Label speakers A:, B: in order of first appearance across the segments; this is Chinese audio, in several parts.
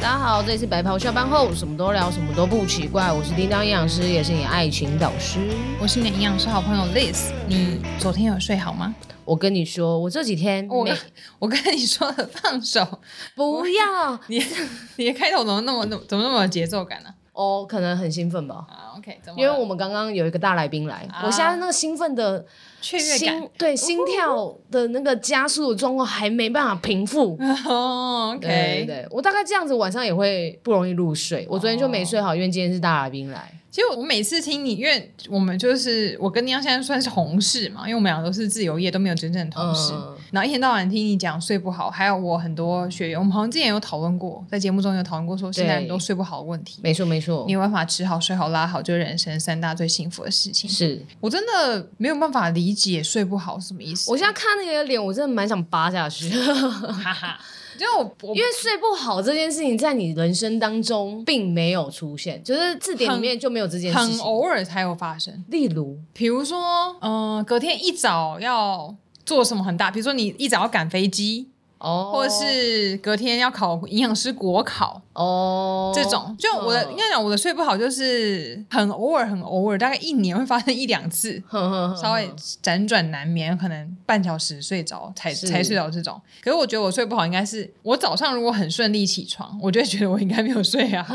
A: 大家好，这里是白袍下班后，什么都聊，什么都不奇怪。我是叮当营养师，也是你的爱情导师。
B: 我是你的营养师好朋友 Liz，你
A: 嗯
B: 昨天有睡好吗？
A: 我跟你说，我这几天
B: 我
A: 每
B: 我跟你说了 放手，
A: 不要
B: 你你的开头怎么那么那么怎么那么有节奏感呢、
A: 哦，可能很兴奋吧，
B: 啊？OK，怎么了？
A: 因为我们刚刚有一个大来宾来，
B: 啊
A: 我现在那个兴奋 的
B: 雀跃
A: 心
B: 感，
A: 对心跳的那个加速的状况还没办法平复。
B: 哦，OK，
A: 对对对，我大概这样子晚上也会不容易入
B: 哦
A: 睡。我昨天就没睡好，因为今天是大来宾来。
B: 其实我每次听你，因为我们就是我跟你现在算是同事嘛，因为我们俩都是自由业，都没有真正的同事。
A: 嗯
B: 然后一天到晚听你讲睡不好，还有我很多学员，我们好像之前有讨论过，在节目中有讨论过说现在很多睡不好的问题，
A: 没错没错
B: 你，有办法吃好、睡好、拉好，就是人生三大最幸福的事情。
A: 是
B: 我真的没有办法理解睡不好是什么意思。
A: 我现在看那个脸，我真的蛮想扒下去。
B: 哈哈，就我我
A: 因为睡不好这件事情，在你人生当中并没有出现，就是字典里面就没有这件事
B: 很哦
A: 情。
B: 偶尔才有发生，
A: 例如，
B: 比如说，嗯、隔天一早要做什么很大，比如说你一早要赶飞机，
A: 哦，
B: 或者是隔天要考营养师国考。
A: 哦
B: 这种就我的应该讲，我的睡不好就是很偶尔，很偶尔，大概一年会发生一两次，
A: 哼哼哼
B: 稍微辗转难眠，可能半小时睡着才
A: 是
B: 才睡着这种。可是我觉得我睡不好，应该是我早上如果很顺利起床，我就会觉得我应该没有睡 啊，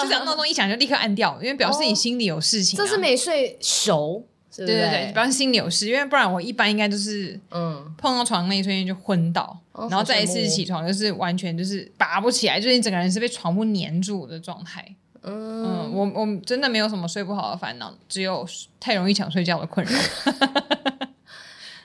B: 就只要闹钟一响就立刻按掉，因为表示你心里有事情、啊
A: 哦这是没睡熟，对不
B: 对对对，表示心里有事，因为不然我一般应该就是
A: 嗯，
B: 碰到床那一瞬间就昏倒，
A: 哦
B: 然后再一
A: 好羡
B: 次
A: 慕
B: 起床就是完全就是拔不起来，就是你整个人是被床铺粘住的状态。嗯，
A: 嗯，
B: 我我真的没有什么睡不好的烦恼，只有太容易想睡觉的困扰。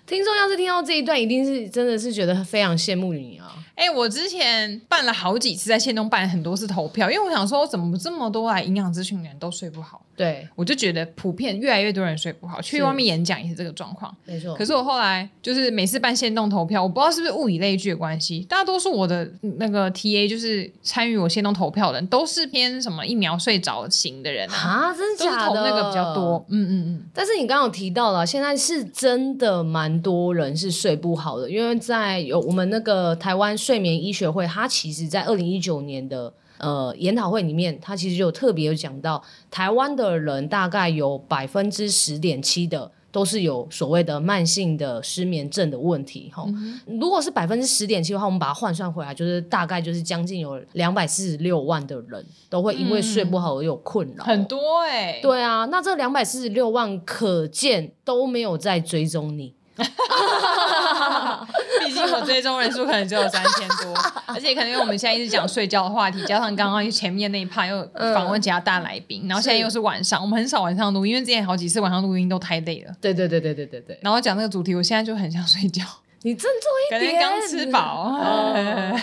A: 听众要是听到这一段，一定是真的是觉得非常羡慕你啊！
B: 哎、我之前办了好几次，在线东办很多次投票，因为我想说，怎么这么多来营养咨询的人都睡不好？
A: 对，
B: 我就觉得普遍越来越多人睡不好，去
A: 是
B: 外面演讲也是这个状况。
A: 没错
B: 可，是我后来就是每次办线动投票，我不知道是不是物以类聚的关系，大多数我的那个 TA 就是参与我线动投票的人，都是偏什么疫苗睡着型的人啊，
A: 啊，真的
B: 都是
A: 假
B: 投
A: 的？
B: 那个比较多。。嗯嗯嗯。
A: 但是你刚刚有提到了，现在是真的蛮多人是睡不好的，因为在有我们那个台湾睡眠医学会，它其实在二零一九年的呃研讨会里面，它其实有特别有讲到，台湾的人大概有百分之十点七的。都是有所谓的慢性的失眠症的问题哈、
B: 嗯
A: 如果是百分之十点七的话，我们把它换算回来，就是大概就是将近有两百四十六万的人都会因为睡不好而有困扰、
B: 很多哎、
A: 哦
B: 欸，
A: 对啊，那这两百四十六万可见都没有在追踪你。
B: 毕竟我追踪人数可能只有三千多，而且可能因为我们现在一直讲睡觉的话题，加上刚刚前面那一趴又
A: 嗯
B: 访问其他大来宾，然后现在又是晚上，我们很少晚上录，因为之前好几次晚上录音都太累了。
A: 对对对对对对对，
B: 然后讲这个主题，我现在就很想睡觉，
A: 你振作
B: 感
A: 一点，
B: 觉刚吃。饱。
A: 哦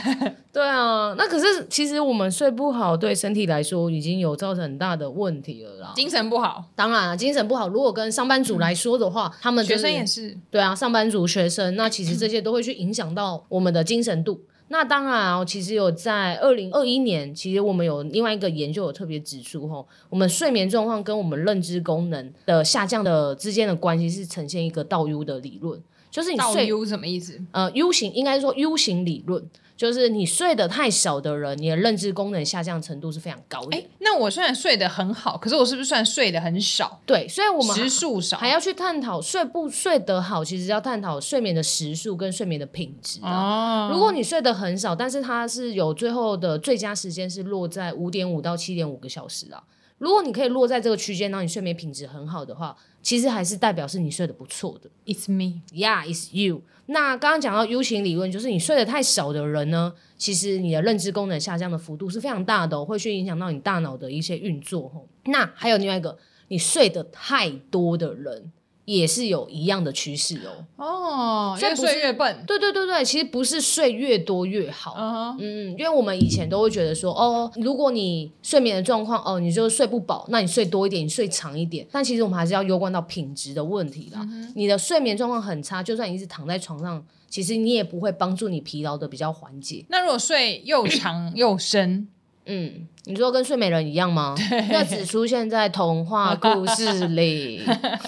A: 对啊，那可是其实我们睡不好，对身体来说已经有造成很大的问题了啦。
B: 精神不好，
A: 当然、啊，精神不好，如果跟上班族来说的话，他们、就
B: 学
A: 是、
B: 生也是，
A: 对啊，上班族、学生，那其实这些都会去影响到我们的精神度。那当然哦，其实有在二零二一年，其实我们有另外一个研究有特别指出，吼，我们睡眠状况跟我们认知功能的下降的之间的关系是呈现一个倒 U 的理论，就是你
B: 倒
A: 睡
B: U 什么意思？
A: 呃 U 型，应该说 U 型理论，就是你睡得太少的人，你的认知功能下降程度是非常高的。
B: 哎，那我虽然睡得很好，可是我是不是算睡得很少，
A: 对，所以我们
B: 时数少
A: 还？要去探讨睡不睡得好，其实要探讨睡眠的时数跟睡眠的品质啊。
B: 哦，
A: 如果你睡得很少，但是它是有最后的最佳时间是落在五点五到七点五个小时啊。如果你可以落在这个区间，然后你睡眠品质很好的话，其实还是代表是你睡得不错的。
B: It's me，
A: Yeah, it's you。那刚刚讲到 U 型理论，就是你睡得太少的人呢，其实你的认知功能下降的幅度是非常大的、哦，会去影响到你大脑的一些运作、哦。那还有另外一个，你睡得太多的人也是有一样的趋势哦。
B: 哦，
A: 所以
B: 越
A: 不是
B: 睡越笨。
A: 对对对对，其实不是睡越多越好，
B: 嗯哼，
A: 嗯，因为我们以前都会觉得说，哦，如果你睡眠的状况，哦，你就睡不饱，那你睡多一点，你睡长一点。但其实我们还是要攸关到品质的问题啦。你的睡眠状况很差，就算你一直躺在床上，其实你也不会帮助你疲劳的比较缓解。
B: 那如果睡又长 又深，
A: 嗯，你说跟睡美人一样吗？那只出现在童话故事里。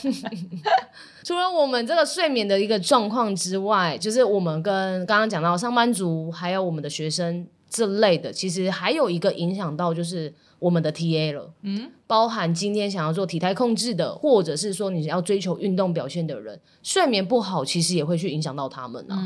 A: 除了我们这个睡眠的一个状况之外，就是我们跟刚刚讲到上班族，还有我们的学生，这类的，其实还有一个影响到就是我们的 TA 了，嗯，包含今天想要做体态控制的，或者是说你要追求运动表现的人，睡眠不好其实也会去影响到他们啊。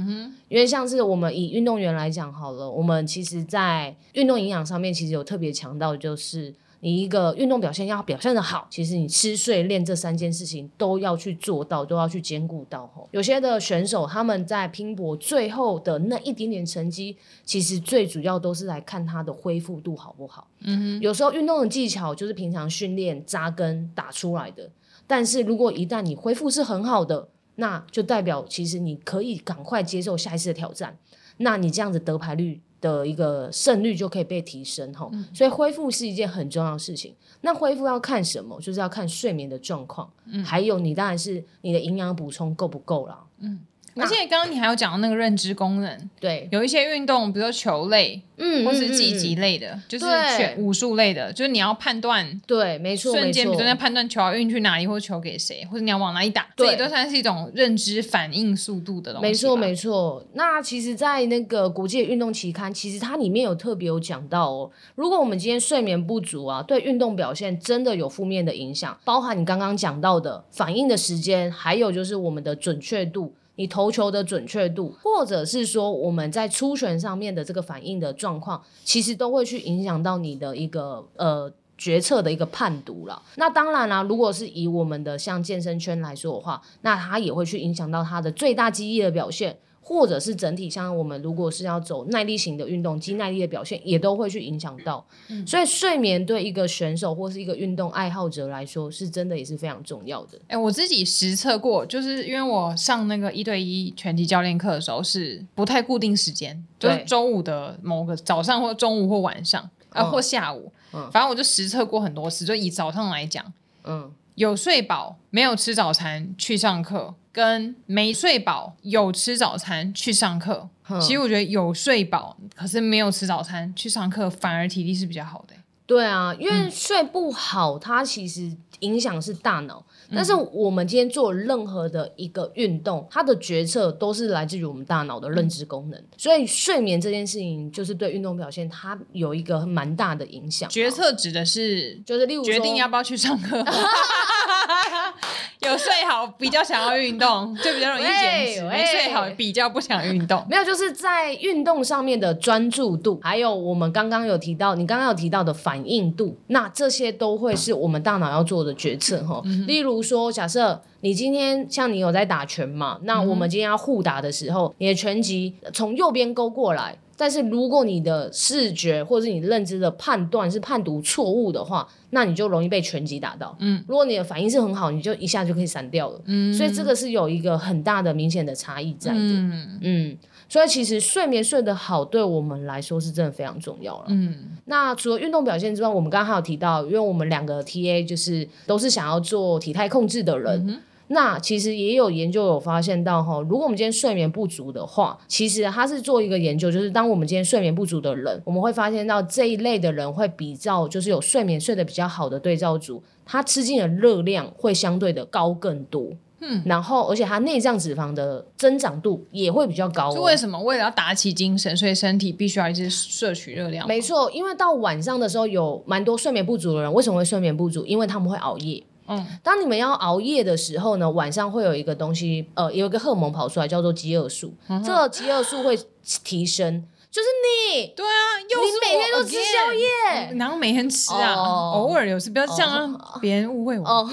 A: 因为像是我们以运动员来讲好了，我们其实在运动营养上面其实有特别强调，就是你一个运动表现要表现的好，其实你吃睡练这三件事情都要去做到，都要去兼顾到吼。有些的选手他们在拼搏最后的那一点点成绩，其实最主要都是来看他的恢复度好不好。嗯有时候运动的技巧就是平常训练扎根打出来的，但是如果一旦你恢复是很好的，那就代表其实你可以赶快接受下一次的挑战，那你这样子得牌率的一个胜率就可以被提升吼。
B: 嗯
A: 所以恢复是一件很重要的事情。那恢复要看什么？就是要看睡眠的状况，
B: 嗯
A: 还有你当然是你的营养补充够不够啦。
B: 而且刚刚你还有讲到那个认知功能，
A: 对，
B: 有一些运动，比如说球类
A: 嗯
B: 或
A: 嗯
B: 是技
A: 嗯
B: 击类的，就是
A: 对
B: 全武术类的，就是你要判断
A: 对，没错，
B: 瞬间，比
A: 没
B: 如
A: 错
B: 说在判断球要运去哪里，或者球给谁，或者你要往哪里打，
A: 对
B: 这也都算是一种认知反应速度的东西吧。
A: 没错，没错。那其实，在那个国际的运动期刊，其实它里面有特别有讲到哦，如果我们今天睡眠不足啊，对运动表现真的有负面的影响，包含你刚刚讲到的反应的时间，还有就是我们的准确度。你投球的准确度，或者是说我们在出拳上面的这个反应的状况，其实都会去影响到你的一个呃决策的一个判读了。那当然啦、啊如果是以我们的像健身圈来说的话，那它也会去影响到它的最大肌力的表现，或者是整体像我们如果是要走耐力型的运动，肌耐力的表现也都会去影响到。所以睡眠对一个选手或是一个运动爱好者来说，是真的也是非常重要的。
B: 哎、我自己实测过，就是因为我上那个一对一拳击教练课的时候是不太固定时间，就
A: 对
B: 是周五的某个早上或中午或晚上啊、
A: 嗯
B: 或下午，
A: 嗯
B: 反正我就实测过很多次。就以早上来讲，
A: 嗯，
B: 有睡饱没有吃早餐去上课，跟没睡饱有吃早餐去上课。
A: 哼
B: 其实我觉得有睡饱可是没有吃早餐去上课，反而体力是比较好的、
A: 对啊，因
B: 嗯
A: 为睡不好，它其实影响是大脑。
B: 嗯
A: 但是我们今天做任何的一个运动，它的决策都是来自于我们大脑的认知功
B: 嗯
A: 能，所以睡眠这件事情就是对运动表现它有一个蛮大的影响啊。
B: 决策指的是
A: 就是例如说
B: 决定要不要去 上课。有睡好比较想要运动，就比较容易减脂；
A: 喂
B: 没睡好比较不想运动。
A: 没有，就是在运动上面的专注度，还有我们刚刚有提到，你刚刚有提到的反应度，那这些都会是我们大脑要做的决策哈。例如说，假设你今天像你有在打拳嘛，那我们今天要互打的时候，你的拳击从右边勾过来。但是如果你的视觉或者是你认知的判断是判读错误的话，那你就容易被拳击打到。嗯，如果你的反应是很好，你就一下就可以闪掉了。嗯，所以这个是有一个很大的明显的差异在的。
B: 嗯
A: 嗯，所以其实睡眠睡得好，对我们来说是真的非常重要了。
B: 嗯，
A: 那除了运动表现之外，我们刚刚还有提到，因为我们两个 TA 就是都是想要做体态控制的
B: 嗯
A: 人。那其实也有研究有发现到哈，如果我们今天睡眠不足的话，其实它是做一个研究，就是当我们今天睡眠不足的人，我们会发现到这一类的人会比较就是有睡眠睡得比较好的对照组，他吃进的热量会相对的高更多。嗯，然后而且他内脏脂肪的增长度也会比较高、哦，
B: 就为什么为了要打起精神，所以身体必须要一直摄取热量？
A: 没错，因为到晚上的时候有蛮多睡眠不足的人，为什么会睡眠不足？因为他们会熬夜。
B: 嗯，
A: 当你们要熬夜的时候呢，晚上会有一个东西，呃，有一个荷尔蒙跑出来，叫做饥饿素。
B: 嗯
A: 这个饥饿素会提升，就是你，
B: 对啊，又
A: 你
B: 是
A: 每
B: 我
A: 天都吃
B: again
A: 宵夜。
B: 然后每天吃啊，
A: 哦
B: 偶尔有时不要这样让别人误会我。
A: 哦，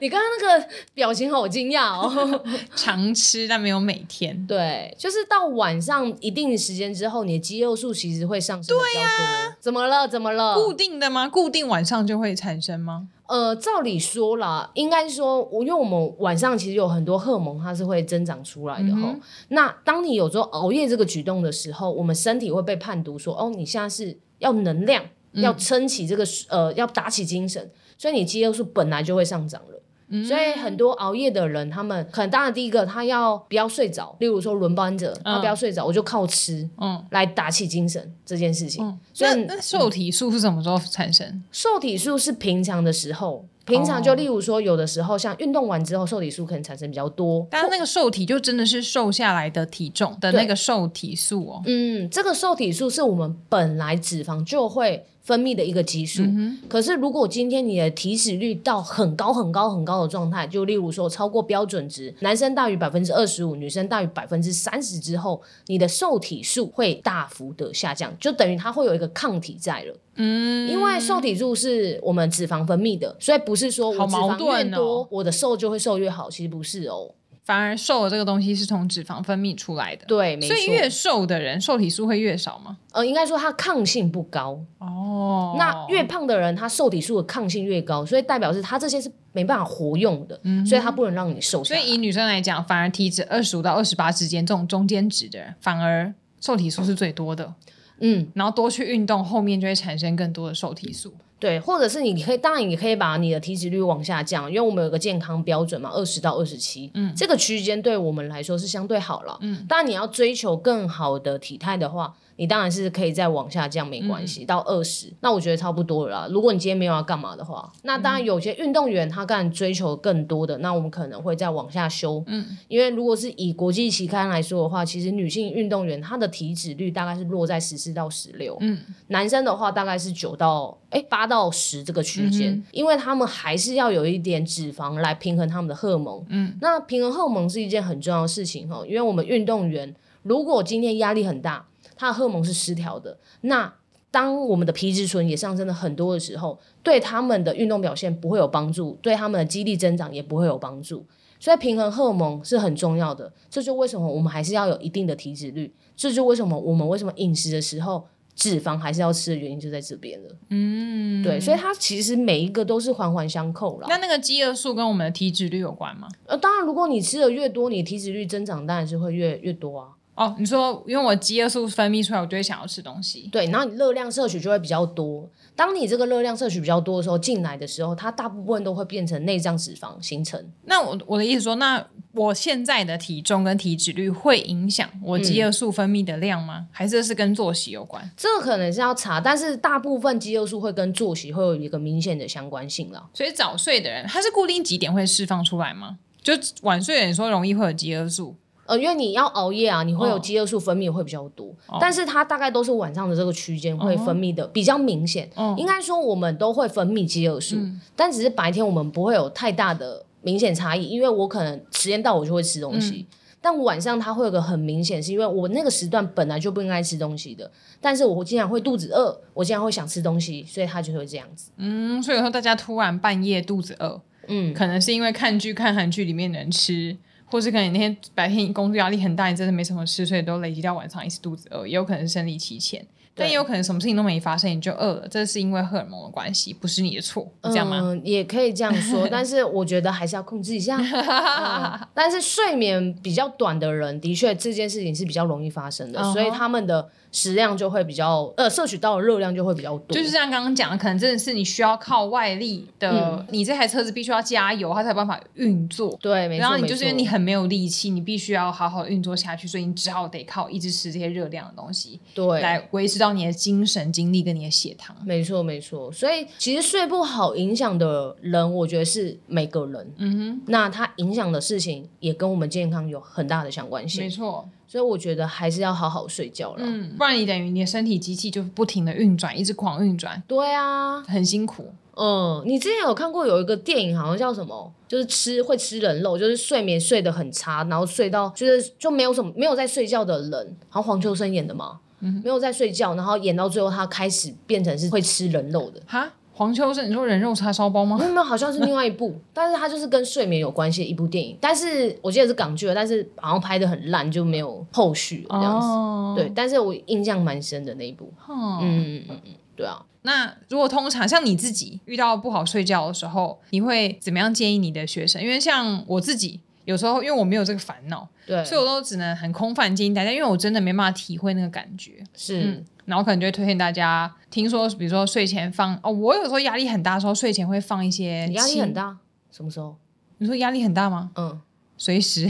A: 你刚刚那个表情好惊讶 哦。
B: 常吃但没有每天，
A: 对，就是到晚上一定的时间之后，你的饥饿素其实会上升的比较多。怎么了？怎么了？
B: 固定的吗？固定晚上就会产生吗？
A: 呃，照理说啦，应该说，我因为我们晚上其实有很多荷尔蒙，它是会增长出来的哈、那当你有时候熬夜这个举动的时候，我们身体会被判读说，哦，你现在是要能量，要撑起这个、呃，要打起精神，所以你肌肉素本来就会上涨了。所以很多熬夜的人，他们可能当然第一个他要不要睡着，例如说轮班者，他不要睡着，我就靠吃，
B: 嗯
A: 来打起精神这件事情。所
B: 那
A: 以嗯
B: 那瘦体素是什么时候产生？
A: 瘦体素是平常的时候，平常就例如说，有的时候像运动完之后，受体素可能产生比较多。
B: 但是那个瘦体就真的是瘦下来的体重的
A: 对
B: 那个瘦体素哦。
A: 嗯，这个受体素是我们本来脂肪就会分泌的一个激素。
B: 嗯
A: 可是如果今天你的体脂率到很高很高很高的状态，就例如说超过标准值，男生大于百分之二十五，女生大于百分之三十之后，你的受体素会大幅的下降，就等于它会有一个抗体在了。
B: 嗯，
A: 因为受体素是我们脂肪分泌的，所以不是说我
B: 好
A: 脂
B: 矛
A: 肪越
B: 盾哦
A: 多，我的瘦就会瘦越好，其实不是哦。
B: 反而瘦的这个东西是从脂肪分泌出来的，
A: 对，没错
B: 所。以越瘦的人瘦体素会越少吗？
A: 呃，应该说它抗性不高。
B: 哦
A: 那越胖的人，他受体素的抗性越高，所以代表是他这些是没办法活用的，所以他不能让你瘦下
B: 嗯所
A: 来。
B: 以以女生来讲，反而体脂二十五到二十八之间这种中间值的人，反而瘦体素是最多的。
A: 嗯，
B: 然后多去运动，后面就会产生更多的瘦体素。
A: 对，或者是你可以，当然你可以把你的体脂率往下降，因为我们有个健康标准嘛，二十到二十七，嗯，这个区间对我们来说是相对好了，嗯，当然你要追求更好的体态的话，你当然是可以再往下降，没关系，到二十，那我觉得差不多了啦。如果你今天没有要干嘛的话，那当然有些运动员他当然追求更多的，那我们可能会再往下修，嗯，因为如果是以国际期刊来说的话，其实女性运动员她的体脂率大概是落在十四到十六，嗯，男生的话大概是九到哎八到十这个区间，因为他们还是要有一点脂肪来平衡他们的荷尔蒙。嗯，那平衡荷尔蒙是一件很重要的事情哈，因为我们运动员如果今天压力很大，他的荷尔蒙是失调的，那当我们的皮质醇也上升了很多的时候，对他们的运动表现不会有帮助，对他们的肌力增长也不会有帮助。所以平衡荷尔蒙是很重要的，这就为什么我们还是要有一定的体脂率，这就为什么我们为什么饮食的时候脂肪还是要吃的原因就在这边了。嗯，对，所以它其实每一个都是环环相扣啦。
B: 那那个饥饿素跟我们的体脂率有关吗？
A: 呃，当然，如果你吃的越多，你体脂率增长当然是会越越多啊。
B: 哦，你说因为我饥饿素分泌出来，我就会想要吃东西。
A: 对，然后你热量摄取就会比较多。当你这个热量摄取比较多的时候，进来的时候，它大部分都会变成内脏脂肪形成。
B: 那我我的意思说，那我现在的体重跟体脂率会影响
A: 嗯
B: 我饥饿素分泌的量吗？还是这是跟作息有关？
A: 这个可能是要查，但是大部分肌肉素会跟作息会有一个明显的相关性啦。
B: 所以早睡的人，他是固定几点会释放出来吗？就晚睡的人说容易会有饥饿素，
A: 呃，因为你要熬夜啊，你会有
B: 哦
A: 肌肉素分泌会比较多，但是它大概都是晚上的这个区间会分泌的比较明显。应该说我们都会分泌肌肉素，但只是白天我们不会有太大的明显差异，因为我可能时间到我就会吃东西。但晚上它会有个很明显，是因为我那个时段本来就不应该吃东西的，但是我经常会肚子饿，我经常会想吃东西，所以它就会这样子。
B: 嗯，所以有时候大家突然半夜肚子饿，
A: 嗯，
B: 可能是因为看剧看韩剧里面的人吃，或是可能你那天白天你工作压力很大，你真的没什么吃，所以都累积到晚上一直肚子饿，也有可能是生理期前，但也有可能什么事情都没发生你就饿了，这是因为荷尔蒙的关系，不是你的错，是这样吗？
A: 嗯，也可以这样 说，但是我觉得还是要控制一下。嗯但是睡眠比较短的人，的确这件事情是比较容易发生的，
B: 嗯哼
A: 所以他们的食量就会比较，呃，摄取到的热量就会比较多。
B: 就是像刚刚讲的，可能真的是你需要靠外力的，
A: 嗯
B: 你这台车子必须要加油，它才有办法运作。
A: 对，没错。
B: 然后你就是因
A: 没
B: 为
A: 错
B: 你很没有力气，你必须要好好运作下去，所以你只好得靠一直吃这些热量的东西
A: 对。
B: 来维持到你的精神、精力跟你的血糖。
A: 没错，没错。所以其实睡不好影响的人，我觉得是每个人。嗯哼，那他影响的事情也跟我们健康有很大的相关
B: 没
A: 性，
B: 错，
A: 所以我觉得还是要好好睡觉了。
B: 嗯，不然你等于你的身体机器就不停的运转，一直狂运转，
A: 对啊，
B: 很辛苦。
A: 嗯，你之前有看过有一个电影，好像叫什么，就是吃会吃人肉，就是睡眠睡得很差，然后睡到就是就没有什么没有在睡觉的人，好像黄秋生演的嘛，
B: 嗯
A: 没有在睡觉，然后演到最后他开始变成是会吃人肉的。
B: 哈，黄秋生，你说人肉叉烧包吗
A: 没？有没有，好像是另外一 部，但是它就是跟睡眠有关系的一部电影，但是我记得是港剧的，但是好像拍的很烂，就没有后续了这样子。
B: 哦，
A: 对，但是我印象蛮深的那一部。
B: 哦
A: 嗯嗯嗯嗯，对啊，
B: 那如果通常像你自己遇到不好睡觉的时候，你会怎么样建议你的学生？因为像我自己。有时候，因为我没有这个烦恼，
A: 对，
B: 所以我都只能很空泛建议大家，因为我真的没办法体会那个感觉。
A: 是。
B: 然后可能就会推荐大家，听说比如说睡前放哦，我有时候压力很大的时候，睡前会放一些
A: 你压力
B: 轻
A: 很，大，什么时候？
B: 你说压力很大吗？
A: 嗯，
B: 随 时，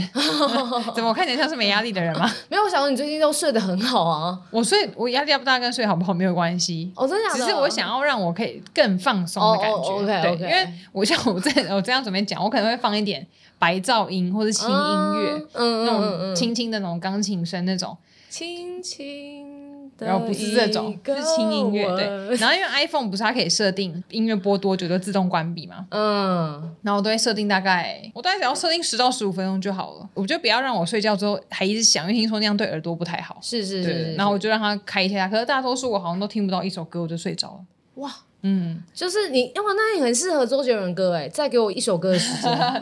B: 怎么我看起来像是没压力的人吗？
A: 没有，我想说你最近都睡得很好啊。
B: 我睡，我压力大不大跟睡好不好没有关系，
A: 哦，真的假
B: 只
A: 的？
B: 是我想要让我可以更放松的感觉。
A: 哦哦，OK，
B: 对
A: OK
B: 因为我像我这我这样准备讲，我可能会放一点白噪音或是轻音乐，
A: 啊，嗯
B: 那
A: 嗯嗯
B: 种
A: 嗯，
B: 轻轻的那种钢琴声那种，
A: 轻轻的，
B: 然后不是这种，是轻音乐对。。然后因为 iPhone 不是它可以设定音乐播多久就自动关闭嘛，
A: 嗯，
B: 然后我都会设定大概，我大概只要设定十到十五分钟就好了，我就不要让我睡觉之后还一直响，因为听说那样对耳朵不太好。
A: 是是是
B: 对，
A: 是。
B: 然后我就让它开一下，可是大多数我好像都听不到一首歌，我就睡着了。
A: 哇，
B: 嗯，
A: 就是你，哇，那你很适合周杰伦歌哎，再给我一首歌的时 间。啊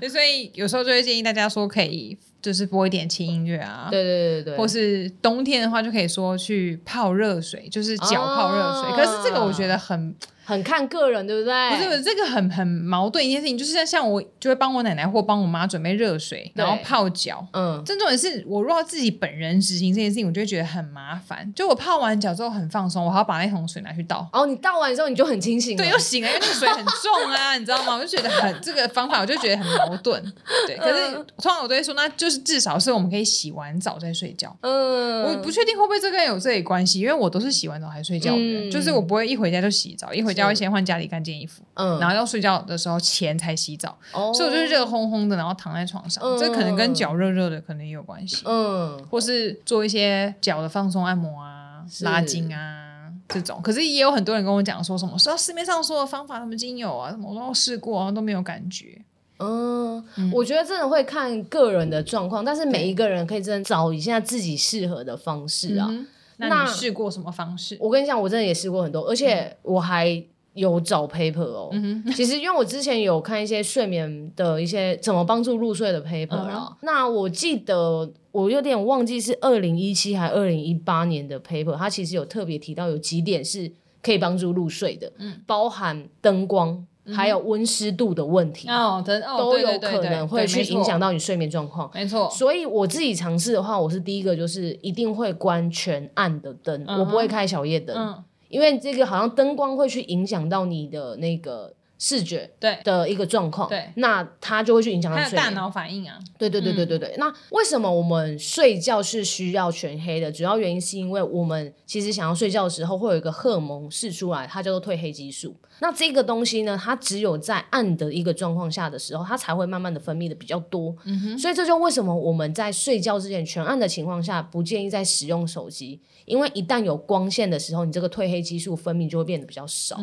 B: 对所以有时候就会建议大家说，可以就是播一点轻音乐啊，
A: 对对对对对，
B: 或是冬天的话，就可以说去泡热水，就是脚泡热水。
A: 啊
B: 可是这个我觉得很
A: 很看个人，对不对？
B: 不是不是这个很很矛盾一件事情，就是像像我就会帮我奶奶或帮我妈准备热水，
A: 对
B: 然后泡脚。
A: 嗯，
B: 真重点是我如果要自己本人执行这件事情，我就会觉得很麻烦。就我泡完脚之后很放松，我还要把那桶水拿去倒。
A: 哦，你倒完之后你就很清醒了，
B: 对，又醒了，因为那个水很 重啊，你知道吗？我就觉得很这个方法，我就觉得很矛盾。
A: 嗯
B: 对，可是通常我都会说，那就是至少是我们可以洗完澡再睡觉。
A: 嗯，
B: 我不确定会不会这跟有这里关系，因为我都是洗完澡还睡觉的人，
A: 嗯
B: 就是我不会一回家就洗澡，一回家
A: 是
B: 会先换家里干净衣服，
A: 嗯，
B: 然后到睡觉的时候前才洗澡，
A: 哦
B: 所以我就是热烘烘的，然后躺在床上，
A: 嗯
B: 这可能跟脚热热的可能也有关系，
A: 嗯，
B: 或是做一些脚的放松按摩啊、
A: 是
B: 拉筋啊这种。可是也有很多人跟我讲说什么，说市面上所有方法什么精油啊什么我都试过啊都没有感觉，
A: 嗯，我觉得真的会看个人的状况，但是每一个人可以真的找一下自己适合的方式啊。
B: 嗯哼那
A: 那
B: 你试过什么方式？
A: 我跟你讲，我真的也试过很多，而且我还有找 paper 哦。
B: 嗯
A: 其实因为我之前有看一些睡眠的一些怎么帮助入睡
B: 嗯
A: 的 paper 啊，那我记得我有点忘记是二零一七还二零一八年的 paper，它其实有特别提到有几点是可以帮助入睡的，
B: 嗯
A: 包含灯光。还有温湿度的问题，
B: 哦，真哦，
A: 都
B: 对
A: 有
B: 对对
A: 可
B: 对
A: 能会
B: 对
A: 去
B: 没错
A: 影响到你睡眠状况。
B: 没错，
A: 所以我自己尝试的话，我是第一个，就是一定会关全暗的灯，
B: 嗯哼
A: 我不会开小夜灯，
B: 嗯，
A: 因为这个好像灯光会去影响到你的那个视觉
B: 对，
A: 的一个状况，
B: 对，
A: 那它就会去影响到
B: 还
A: 你
B: 有
A: 睡
B: 大
A: 眠。
B: 脑反应啊，
A: 对对对对对对。那为什么我们睡觉是需要全黑的？主要原因是因为我们其实想要睡觉的时候，会有一个荷尔蒙释出来，它叫做褪黑激素。那这个东西呢，它只有在暗的一个状况下的时候，它才会慢慢的分泌的比较多。所以这就为什么我们在睡觉之前全暗的情况下，不建议在使用手机，因为一旦有光线的时候，你这个褪黑激素分泌就会变得比较少。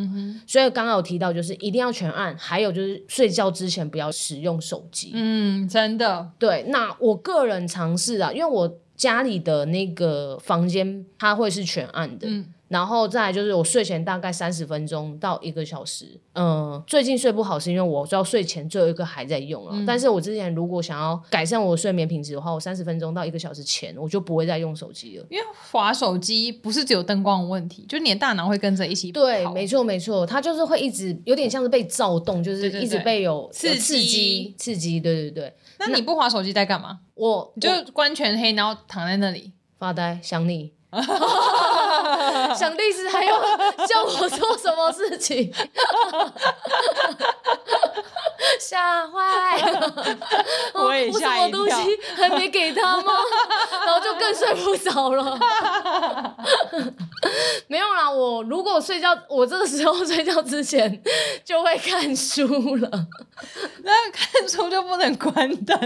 A: 所以刚刚有提到，就是一定要全暗，还有就是睡觉之前不要使用手机。
B: 嗯，真的，
A: 对，那我个人尝试啊，因为我家里的那个房间它会是全暗的，
B: 嗯
A: 然后再来就是我睡前大概三十分钟到一个小时。嗯，最近睡不好是因为我知道睡前最后一个还在用了，啊
B: 嗯
A: 但是我之前如果想要改善我的睡眠品质的话，我三十分钟到一个小时前我就不会再用手机了。
B: 因为滑手机不是只有灯光的问题，就你的大脑会跟着一起跑
A: 对，没错没错，它就是会一直有点像是被躁动，就
B: 对
A: 是
B: 对
A: 一直
B: 对
A: 被有
B: 刺
A: 有刺
B: 激
A: 激刺激，对对对，
B: 那你不滑手机在干嘛？
A: 我
B: 你就关全黑，然后躺在那里，
A: 发呆，想你。想历史还要叫我做什么事情？吓坏！
B: 哦我也
A: 我什
B: 吓
A: 么
B: 一
A: 东
B: 跳。
A: 西还没给他吗？然后就更睡不着了。没有啦，我如果睡觉，我这个时候睡觉之前就会看书了。
B: 那 看书就不能关灯，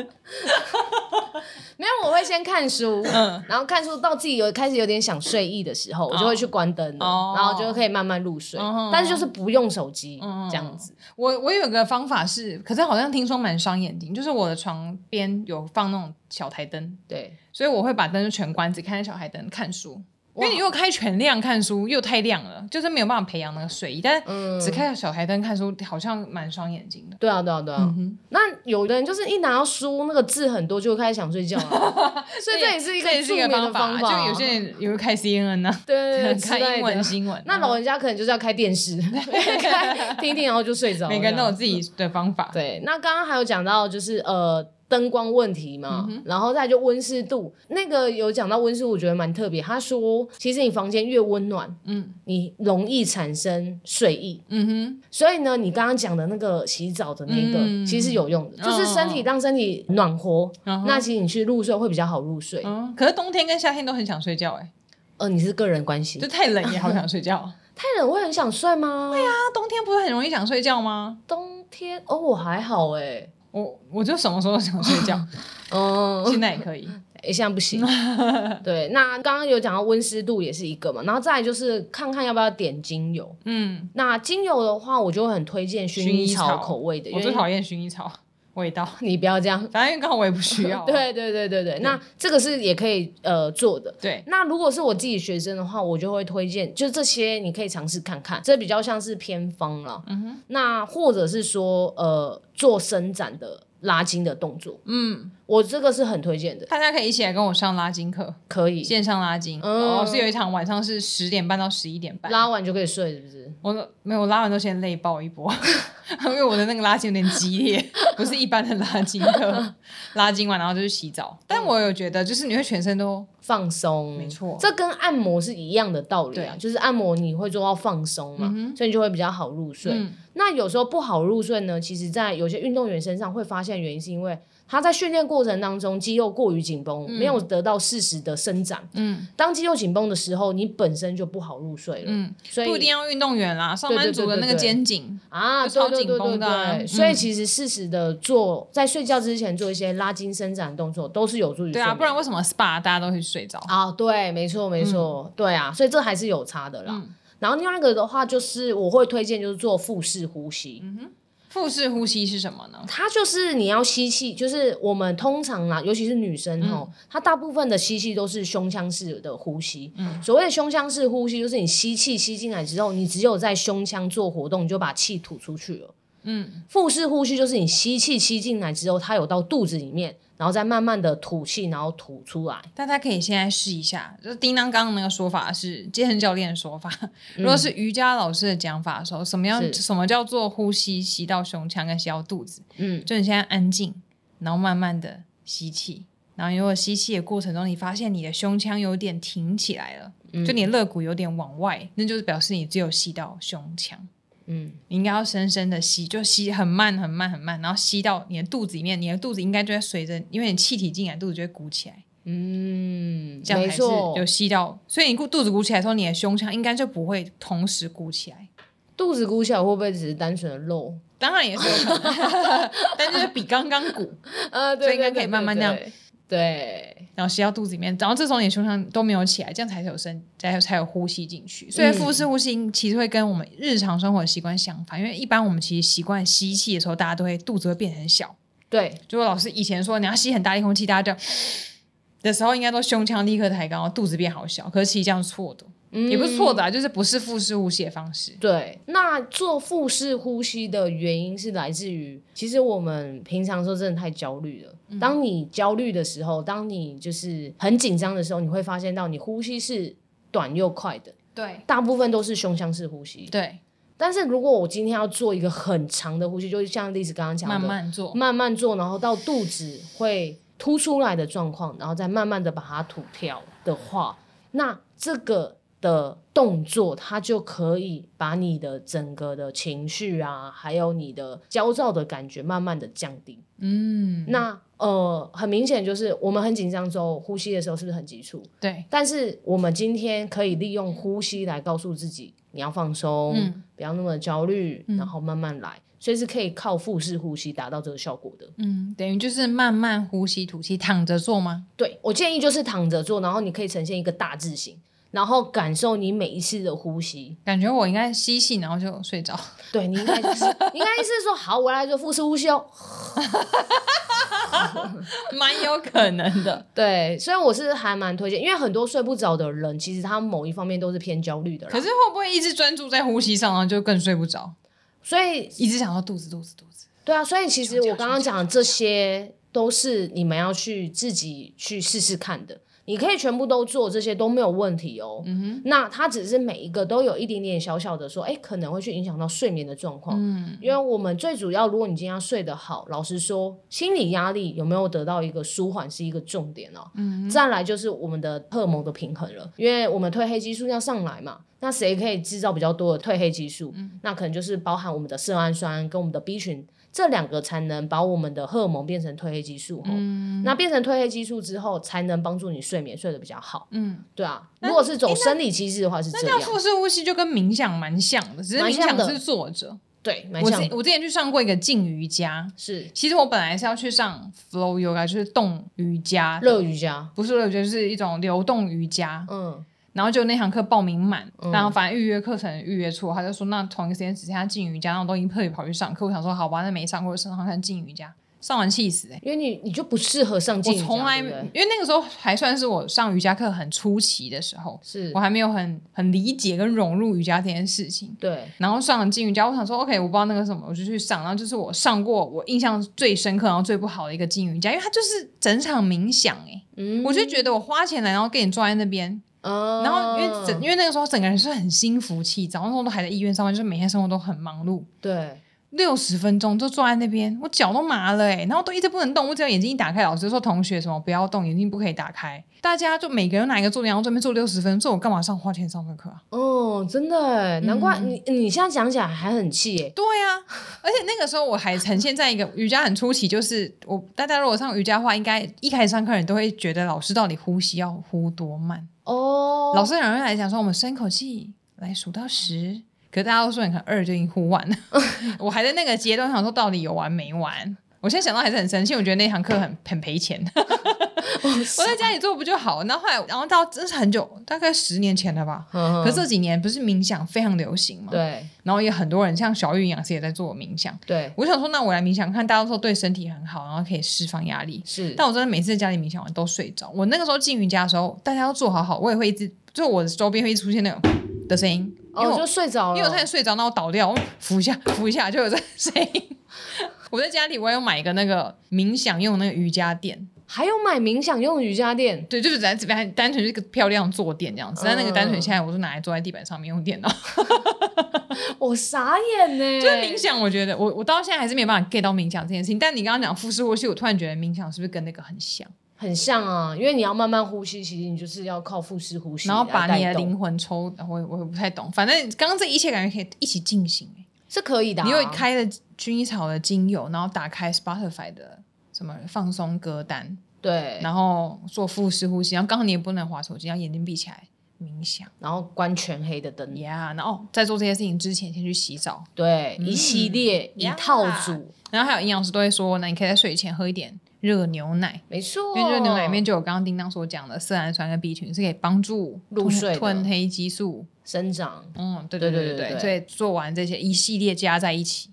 A: 没有，我会先看书，
B: 嗯
A: 然后看书到自己有开始有点想睡意的时候，我就会去关灯了，
B: 哦
A: 然后就可以慢慢入睡。
B: 嗯
A: 但是就是不用手机、这样子。
B: 我我有个方法是，可是好像听说蛮伤眼睛，就是我的床边有放那种小台灯，
A: 对，
B: 所以我会把灯就全关，只看小台灯看书。因
A: 哇
B: 为你如果开全亮看书又太亮了，就是没有办法培养那个睡意。但
A: 嗯
B: 只开小台灯看书，好像蛮伤眼睛的。
A: 对啊，对啊，对啊。
B: 嗯
A: 那有的人就是一拿到书，那个字很多，就会开始想睡觉 了，所以这也是一个
B: 这也是
A: 助
B: 一
A: 眠
B: 个
A: 的
B: 法，
A: 法。
B: 就有些人也会开 CNN 呢、啊，
A: 对对 对之
B: 看英
A: 类
B: 文
A: 的。
B: 新闻。啊
A: 那老人家可能就是要开电 视，开听一听然后就睡着了。
B: 每个人都啊
A: 这
B: 有
A: 样
B: 自己的方法。
A: 对，那刚刚还有讲到，就是呃，灯光问题嘛，
B: 嗯
A: 然后再就温湿度。那个有讲到温湿度，我觉得蛮特别。他说，其实你房间越温暖，
B: 嗯
A: 你容易产生睡意。
B: 嗯哼，
A: 所以呢，你刚刚讲的那个洗澡的那个，
B: 嗯
A: 其实有用的，
B: 哦
A: 就是身体让身体暖和，
B: 然后
A: 那其实你去入睡会比较好入睡。
B: 嗯，可是冬天跟夏天都很想睡觉哎、
A: 呃，你是个人关系
B: 就，太冷也好想睡觉。
A: 太冷会很想睡吗？对呀、
B: 那冬天不是很容易想睡觉吗？
A: 冬天哦，我还好哎、
B: 我我就什么时候都想睡 觉，
A: 嗯，
B: 现在也可以。
A: 诶现在不 行。对，那刚刚有讲到温湿度也是一个嘛，然后再来就是看看要不要点精油。
B: 嗯，
A: 那精油的话，我就会很推荐薰
B: 薰衣
A: 衣
B: 草
A: 草口味的，因
B: 我最
A: 为
B: 讨厌薰衣草味道，
A: 你不要这样。
B: 反正刚好我也不需要啊。
A: 对对对对对，那这个是也可以呃做的。
B: 对，
A: 那如果是我自己学生的话，我就会推荐，就这些你可以尝试看看，这比较像是偏方了。
B: 嗯哼，
A: 那或者是说呃做伸展的拉筋的动作，
B: 嗯，
A: 我这个是很推荐的，
B: 大家可以一起来跟我上拉筋课，
A: 可以
B: 线上拉筋。
A: 嗯
B: 哦，是有一场晚上是十点半到十一点半。
A: 拉完就可以睡，是不是？
B: 我都没有我拉完都先累爆一波， 因为我的那个拉筋有点激 烈，不是一般的拉筋课。拉筋完然后就是洗澡，但我有觉得就是你会全身都
A: 放松，
B: 没错
A: 这跟按摩是一样的道理啊，
B: 对
A: 就是按摩你会做到放松嘛，所以你就会比较好入睡。
B: 嗯
A: 那有时候不好入睡呢，其实在有些运动员身上会发现原因是因为他在训练过程当中肌肉过于紧绷，没有得到适时的伸展。
B: 嗯
A: 当肌肉紧绷的时候，你本身就不好入睡了，
B: 嗯，
A: 所以
B: 不一定要运动员啦，上班族的那个肩颈，
A: 啊，
B: 就超
A: 对对对
B: 紧绷的啊
A: 对对
B: 嗯
A: 所以其实适时的做，在睡觉之前做一些拉筋伸展的动作，都是有助于睡
B: 对啊，
A: 眠
B: 不然为什么 SPA 大家都会睡着？
A: 啊，对，没错，没错，对啊，所以这还是有差的啦。
B: 嗯
A: 然后另外一个的话，就是我会推荐就是做腹式呼吸，
B: 嗯腹式呼吸是什么呢？
A: 它就是你要吸气，就是我们通常啦，尤其是女生
B: 嗯
A: 哦，她大部分的吸气都是胸腔式的呼吸。
B: 嗯
A: 所谓的胸腔式呼吸，就是你吸气吸进来之后，你只有在胸腔做活动，你就把气吐出去了。
B: 嗯，
A: 腹式呼吸就是你吸气吸进来之后，它有到肚子里面，然后再慢慢的吐气，然后吐出来。
B: 大家可以现在试一下，就是叮当刚刚那个说法是健身教练的说法，如果是瑜伽老师的讲法的时候，什么样
A: 是
B: 什么叫做呼吸吸到胸腔跟吸到肚子？
A: 嗯，
B: 就你现在安静，然后慢慢的吸气，然后如果吸气的过程中，你发现你的胸腔有点挺起来了，
A: 嗯
B: 就你的肋骨有点往外，那就是表示你只有吸到胸腔。
A: 嗯，
B: 你应该要深深的吸，就吸很慢很慢很慢，然后吸到你的肚子里面，你的肚子应该就会随着，因为你气体进来，肚子就会鼓起来，
A: 嗯，
B: 这样
A: 没
B: 才是
A: 错，
B: 有吸到。所以你肚子鼓起来的时候，你的胸腔应该就不会同时鼓起来。
A: 肚子鼓起来会不会只是单纯的 肉？
B: 当然也是有可能， 但就是比刚刚鼓，
A: 呃，
B: 啊对所以应该可以慢慢那样。
A: 对，
B: 然后吸到肚子里面，然后这时候你的胸腔都没有起来，这样才有声，才有才有呼吸进去。
A: 嗯
B: 所以腹式呼吸其实会跟我们日常生活的习惯相反，因为一般我们其实习惯吸气的时候，大家都会肚子会变很小。
A: 对，
B: 就我老师以前说，你要吸很大力空气，大家这样的时候，应该都胸腔立刻抬高，肚子变好小。可是其实这样是错的，也不是错的啊，就是不是腹式呼吸的方式。
A: 嗯对。那做腹式呼吸的原因是来自于，其实我们平常说真的太焦虑了。
B: 嗯
A: 当你焦虑的时候，当你就是很紧张的时候，你会发现到你呼吸是短又快的，
B: 对
A: 大部分都是胸腔式呼吸。
B: 对，
A: 但是如果我今天要做一个很长的呼吸，就是像丽子刚刚讲的，
B: 慢慢做。
A: 慢慢做，然后到肚子会凸出来的状况，然后再慢慢的把它吐掉的话，那这个的动作，它就可以把你的整个的情绪啊，还有你的焦躁的感觉，慢慢的降低。
B: 嗯，
A: 那呃，很明显就是我们很紧张之后，呼吸的时候是不是很急促？
B: 对，
A: 但是我们今天可以利用呼吸来告诉自己，你要放松，
B: 嗯
A: 不要那么焦虑，
B: 嗯
A: 然后慢慢来，所以是可以靠腹式呼吸达到这个效果的。
B: 嗯，等于就是慢慢呼吸吐气，躺着做吗？
A: 对我建议就是躺着做，然后你可以呈现一个大字形，然后感受你每一次的呼吸。
B: 感觉我应该吸气，然后就睡着。
A: 对你应该就是 你应该是说好，我来做腹式呼吸哦。
B: 蛮有可能的。
A: 对，所以我是还蛮推荐，因为很多睡不着的人，其实他某一方面都是偏焦虑的
B: 可
A: 啦。
B: 是会不会一直专注在呼吸上，然后就更睡不着，
A: 所以
B: 一直想到肚子肚子肚子？
A: 对啊，所以其实我刚刚讲的这些都是你们要去自己去试试看的。你可以全部都做，这些都没有问题哦。
B: 嗯哼，
A: 那它只是每一个都有一点点小小的说，哎，可能会去影响到睡眠的状况。
B: 嗯，
A: 因为我们最主要，如果你今天要睡得好，老实说，心理压力有没有得到一个舒缓是一个重点哦、
B: 嗯
A: 再来就是我们的荷尔蒙的平衡了，因为我们褪黑激素要上来嘛，那谁可以制造比较多的褪黑激素？
B: 嗯
A: 那可能就是包含我们的色氨酸跟我们的 B 群这两个，才能把我们的荷尔蒙变成褪黑激素、哦。
B: 嗯
A: 那变成褪黑激素之后，才能帮助你睡眠睡得比较好。
B: 嗯，
A: 对啊，如果是走生理机制的话是
B: 那
A: 这
B: 这样
A: 样，
B: 腹式呼吸就跟冥想蛮像的，只是
A: 蛮
B: 冥
A: 像
B: 想
A: 的
B: 是坐着。
A: 对，蛮
B: 我之
A: 像的
B: 我之前去上过一个静瑜伽，
A: 是
B: 其实我本来是要去上 flow yoga，就是动瑜伽的，
A: 热瑜伽。
B: 不是热瑜伽，就是一种流动瑜伽。
A: 嗯，
B: 然后就那堂课报名满，然后反正预约课程预约错，他就说那同一个时间只剩下静瑜伽，然后我都已经特别跑去上课。我想说好吧，那没上过，上上看静瑜伽，上完气死哎、欸！
A: 因为你你就不适合上
B: 我
A: 镜，
B: 从来
A: 对不对
B: 因为那个时候还算是我上瑜伽课很初期的时候，
A: 是
B: 我还没有很很理解跟融入瑜伽这件事情。
A: 对
B: 然后上了静瑜伽，我想说 OK，我不知道那个什么，我就去上。然后就是我上过我印象最深刻，然后最不好的一个静瑜伽，因为它就是整场冥想哎、欸
A: 嗯
B: 我就觉得我花钱来，然后跟你坐在那边，
A: 哦
B: 然后因为整因为那个时候整个人是很心浮气躁，那时候都还在医院上班，就是每天生活都很忙碌。
A: 对
B: 六十分钟就坐在那边，我脚都麻了哎、欸，然后都一直不能动，我只要眼睛一打开，老师就说同学什么不要动，眼睛不可以打开。大家就每个人拿一个坐垫，然后这边坐六十分钟，这我干嘛上花钱上这个课啊？
A: 哦，真的欸，难怪
B: 嗯
A: 你你现在讲起来还很气耶。
B: 对呀、而且那个时候我还呈现在一个瑜伽很初期，就是我大家如果上瑜伽的话，应该一开始上课的人都会觉得老师到底呼吸要呼多慢，
A: 哦，
B: 老师很容易来讲说，我们深口气，来数到十。可是大家都说你看二就已经呼 完了，我还在那个阶段想说到底有完没完。我现在想到还是很生气，我觉得那堂课很很赔 钱。 我在家里做不就好？然后后来，然后到真是很久，大概十年前了吧。
A: 嗯，
B: 可是这几年不是冥想非常流行嘛？。
A: 对
B: 然后也很多人像小玉营养师也在做冥想。
A: 对
B: 我想说，那我来冥想看，大家都说对身体很好，然后可以释放压力。
A: 是，
B: 但我真的每次在家里冥想完都睡着。我那个时候进瑜伽的时候，大家要做好好，我也会一直，就我的周边会一直出现那种的声音，因为
A: 哦
B: 我、
A: 就睡着了，
B: 因为我差点睡着，那我倒掉，我扶一下扶一下就有这个声音。 我在家里我有买一个那个冥想用的那个瑜伽垫，
A: 还有买冥想用瑜伽垫，
B: 对，就是在这边单纯是一个漂亮坐垫这样子。但那个单纯现在我是拿来坐在地板上面用电脑，
A: 我傻眼呢，
B: 就是冥想。我觉得我我到现在还是没有办法 get 到冥想这件事情。但你刚刚讲腹式呼吸，我突然觉得冥想是不是跟那个很像？
A: 很像啊，因为你要慢慢呼吸，其实你就是要靠腹式呼吸，
B: 然后把你的
A: 灵
B: 灵魂抽，我也我也不太懂。反正刚刚这一切感觉可以一起进行、欸
A: 是可以的啊，
B: 你又开了薰衣草的精油，然后打开 Spotify 的什么放松歌单，
A: 对，
B: 然后做腹式呼吸，然后刚好你也不能划手机，然后眼睛闭起来冥想
A: 然后关全黑的灯，
B: ，Yeah。然后在做这些事情之前，先去洗澡。
A: 对，
B: 嗯
A: 一系列
B: 啊
A: 一套
B: 呀
A: 组，
B: 然后还有营养师都会说，那你可以在睡前喝一点热牛奶。
A: 没错，
B: 因为热牛奶里面就有刚刚叮当所讲的色氨酸跟 B 群，是可以帮助
A: 入睡的
B: 褪褪黑激素。
A: 生长，
B: 嗯，对
A: 对
B: 对
A: 对
B: 对
A: 对
B: 对
A: 对
B: 所以做完这些一系列加在一起，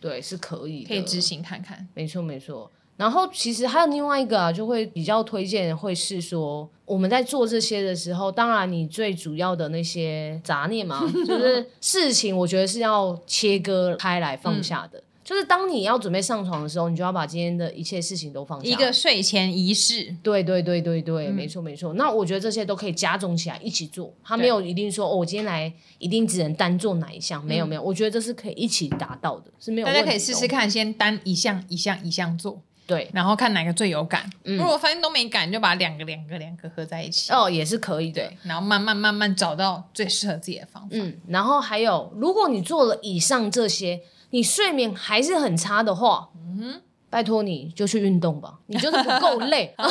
A: 对，是可以的，
B: 可以执行看看。
A: 没错没错。然后其实还有另外一个啊，就会比较推荐，会是说我们在做这些的时候，当然你最主要的那些杂念嘛， 就是事情，我觉得是要切割开来
B: 嗯
A: 放下的。就是当你要准备上床的时候，你就要把今天的一切事情都放下。
B: 一个嗯睡前仪式，
A: 对对对对对，没错没错。那我觉得这些都可以加重起来一起做，他没有一定说哦，我今天来一定只能单做哪一项，没有没有，我觉得这是可以一起达到的，是没有
B: 嗯大
A: 问题的哦
B: 家可以试试。看，先单一项一项一项做，
A: 对，
B: 然后看哪个最有感。如果发现都没感，就把两个两个两个合在一起，
A: 嗯哦，也是可以的。
B: 对，然后慢慢慢慢找到最适合自己的方法。
A: 嗯，然后还有，如果你做了以上这些，你睡眠还是很差的话，嗯，拜托你就去运动 吧，你就是不够累，嗯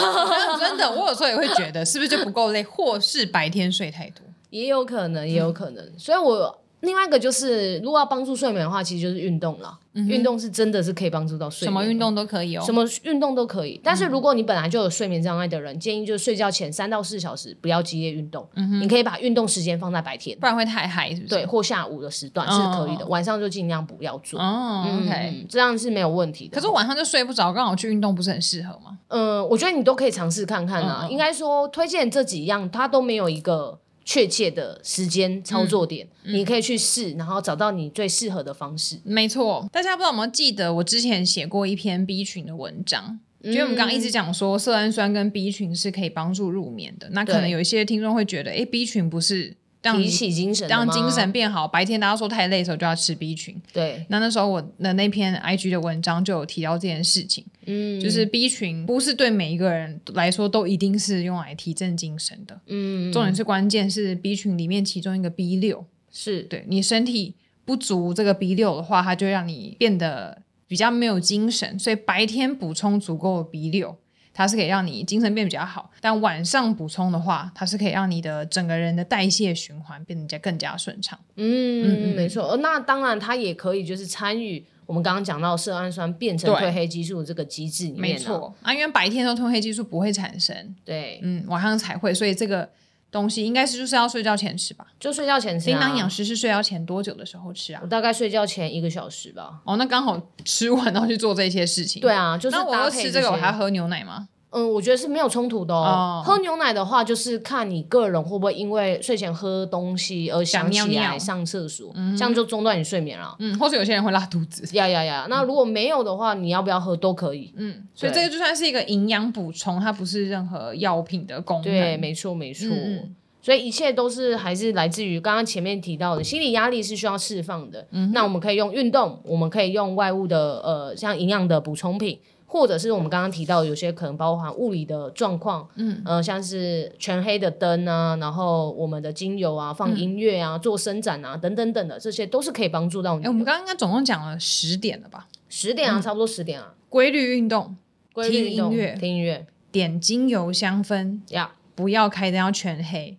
B: 真的，我有时候也会觉得是不是就不够累，或是白天睡太多。
A: 也有可能，也有可能。所以我另外一个就是，如果要帮助睡眠的话，其实就是运动啦。运动是真的是可以帮助到睡
B: 嗯什
A: 眠的，
B: 么运动嗯都可以哦，
A: 什么运动都可以，但是如果你本来就有睡眠障碍的人，建议就是睡觉前三到四小时不要激烈运动。你可以把运动时间放在白天，
B: 嗯不然会太嗨，是不是？哦嗯
A: 对，，或下午的时段是可以的，晚上就尽量不要做。
B: 哦
A: 嗯
B: ，OK。
A: 这样是没有问题的。
B: 可是晚上就睡不着，刚好去运动不是很适合吗？
A: 嗯、我觉得你都可以尝试看看啊。
B: 嗯嗯
A: 应该说，推荐这几样，它都没有一个确切的时间
B: 嗯
A: 操作点，你可以去试，然后找到你最适合的方式。
B: 没错，大家不知道有没有记得我之前写过一篇 B 群的文章，因为我们刚刚一直讲说色氨酸跟 B 群是可以帮助入眠的，那可能
A: 对
B: 有一些听众会觉得，哎，B 群不是让
A: 提
B: 你
A: 起精神的
B: 让
A: 吗
B: 精神变好，白天大家说太累的时候就要吃 B 群。
A: 对，
B: 那那时候我的那篇 IG 的文章就有提到这件事情，
A: 嗯，
B: 就是 B 群不是对每一个人来说都一定是用来提振精神的，
A: 嗯，
B: 重点是关键是 B 群里面其中一个 B 六，
A: 是
B: 对你身体不足这个 B 六的话，它就会让你变得比较没有精神，所以白天补充足够的 B 六，它是可以让你精神变比较好，但晚上补充的话，它是可以让你的整个人的代谢循环变得加更加顺畅。嗯
A: 嗯，
B: 嗯
A: 没错。呃那当然，它也可以就是参与我们刚刚讲到色氨酸变成
B: 对
A: 褪黑激素这个机制里面、啊。
B: 没，错，啊，因为白天的时候褪黑激素不会产生，
A: 对，
B: 嗯，晚上才会，所以这个东西应该是就是要睡觉前吃吧。
A: 就睡觉前吃、啊。
B: 叮当营养师是睡觉前多久的时候吃啊
A: 我？大概睡觉前一个小时吧。
B: 哦，那刚好吃完然后去做这些事情。
A: 对啊，就是
B: 那我
A: 搭
B: 要
A: 配
B: 吃这个，
A: 些
B: 我还要喝牛奶吗？
A: 嗯，我觉得是没有冲突的哦。
B: 哦
A: 喝牛奶的话，就是看你个人会不会因为睡前喝东西而想
B: 想
A: 起
B: 尿嗯
A: 来
B: 尿
A: 上厕所，这样就中断你睡眠了。
B: 嗯，或者有些人会拉肚子。
A: 呀呀呀！那如果没有的话，你要不要喝都可以。
B: 嗯，所以
A: 对
B: 这个就算是一个营养补充，它不是任何药品的功能。
A: 对，没错没错。
B: 嗯嗯
A: 所以一切都是还是来自于刚刚前面提到的，心理压力是需要释放的。
B: 嗯
A: 那我们可以用运动，我们可以用外物的呃，像营养的补充品，或者是我们刚刚提到有些可能包含物理的状况，嗯，呃，像是全黑的灯啊，然后我们的精油啊，
B: 嗯
A: 放音乐啊，做伸展啊，等等等的，这些都是可以帮助到
B: 哎、
A: 你
B: 我们
A: 的。
B: 刚刚总共讲了十点了吧？
A: 十点啊，差不多十点啊，
B: 规律运动，
A: 规律
B: 听
A: 运动
B: 音乐
A: 听音乐
B: 点精油香氛，
A: 呀
B: 不要开灯，要全黑，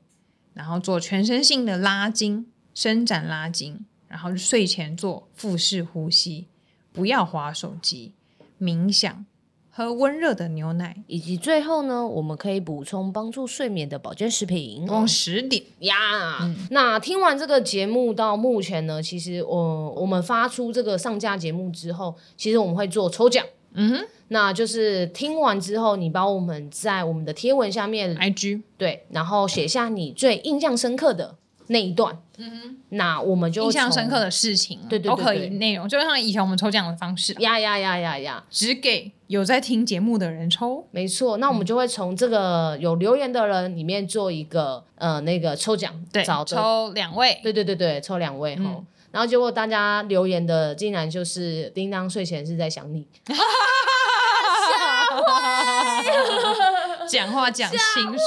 B: 然后做全身性的拉筋、伸展拉筋，然后睡前做腹式呼吸，不要划手机，冥想，喝温热的牛奶。
A: 以及最后呢，我们可以补充帮助睡眠的保健食品。
B: 总共十点，
A: 呀、
B: 嗯
A: 那听完这个节目到目前呢，其实我、呃我们发出这个上架节目之后，其实我们会做抽奖。
B: 嗯哼
A: 那就是听完之后，你帮我们在我们的贴文下面
B: ，IG
A: 对，然后写下你最印象深刻的那一段。嗯那我们就
B: 印象
A: 从
B: 深刻。的事情啊，
A: 对对对
B: 都可
A: 对
B: 以内容，就像以前我们抽奖的方式啊，
A: 呀呀呀呀呀！
B: 只给有在听节目的人抽。
A: 没错，那我们
B: 嗯
A: 就会从这个有留言的人里面做一个呃那个抽奖，
B: 对，
A: 找的
B: 抽两 位，
A: 对对对对，抽两位哈、
B: 嗯
A: 然后结果大家留言的竟然就是叮当睡前是在想你，
B: 讲话讲清楚。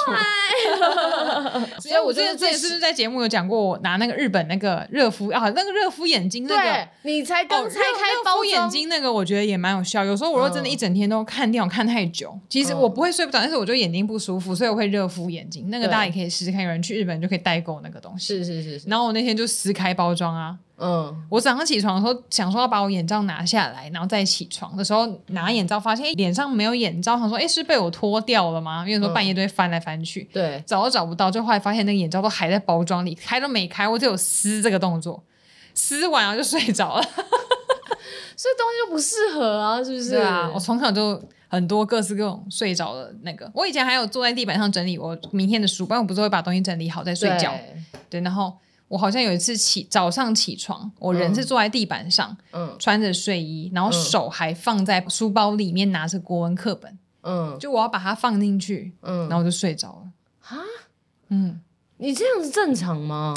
B: 所以我觉得这是不是在节目有讲过，我拿那个日本那个热敷啊，那个热敷眼睛那
A: 对
B: 个。哦
A: 你才刚拆
B: 热
A: 开
B: 热
A: 包
B: 敷眼
A: 装，
B: 睛那个，我觉得也蛮有效。有时候我若真的一整天都看电影看太久，其实
A: 嗯
B: 我不会睡不着，但是我就眼睛不舒服，所以我会热敷眼睛。那个
A: 对
B: 大家也可以试试看，有人去日本就可以代购那个东西。
A: 是是是是，
B: 然后我那天就撕开包装啊，
A: 嗯，
B: 我早上起床的时候，想说要把我眼罩拿下来，然后再起床的时候拿眼罩，发现哎脸上没有眼罩，想说哎是被我脱掉了吗？因为说
A: 嗯
B: 半夜都会翻来翻去，
A: 对，
B: 找都找不到，就后来发现那个眼罩都还在包装里，开都没开，我只有撕这个动作，撕完然后就睡着了。
A: 所以东西就不适合啊，是不是？
B: 对啊，我从小就很多各式各种睡着的那个，我以前还有坐在地板上整理我明天的书，不然我不是会把东西整理好再睡觉。
A: 对
B: 对，然后我好像有一次起早上起床，我人是坐在地板上。
A: 嗯
B: 穿着睡衣，然后手还放在书包里面拿着国文课本，
A: 嗯
B: 就我要把它放进去，然
A: 嗯，
B: 后我就睡着了。
A: 啊，
B: 嗯，
A: 你这样子正常 吗？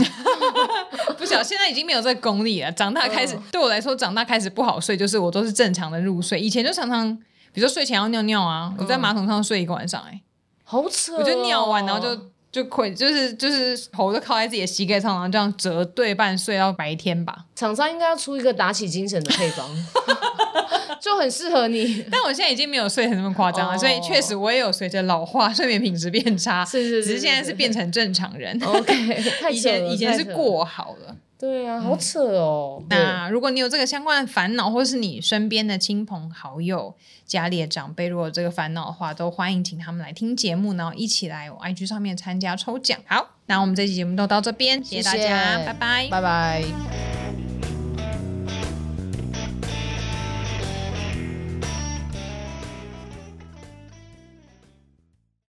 B: 不晓得现在已经没有这个功力了。长大开始、
A: 嗯
B: 对我来说，长大开始不好睡，就是我都是正常的入睡。以前就常常，比如说睡前要尿尿
A: 嗯
B: 啊，我在马桶上睡一个晚上、欸，
A: 好扯、哦，
B: 我就尿完，然后就就跪，就是就是头就靠在自己的膝盖上，然后这样折对半睡到白天吧。
A: 厂商应该要出一个打起精神的配 方，就很适合你。
B: 但我现在已经没有睡成那么夸张了，
A: 嗯哦
B: 所以确实我也有随着老化，睡眠品质变差，
A: 是是是
B: 啊只是现在是变成正常人。
A: OK，太扯了哦
B: 以前以前
A: 太
B: 是
A: 扯了
B: 过好了。
A: 对啊，好扯哦。对
B: 那如果你有这个相关的烦恼，或是你身边的亲朋好友、家里的长辈，如果有这个烦恼的话，都欢迎请他们来听节目，然后一起来我 IG 上面参加抽奖。好，那我们这期节目都到这边，谢大
A: 谢谢
B: 家，拜拜
A: 拜拜。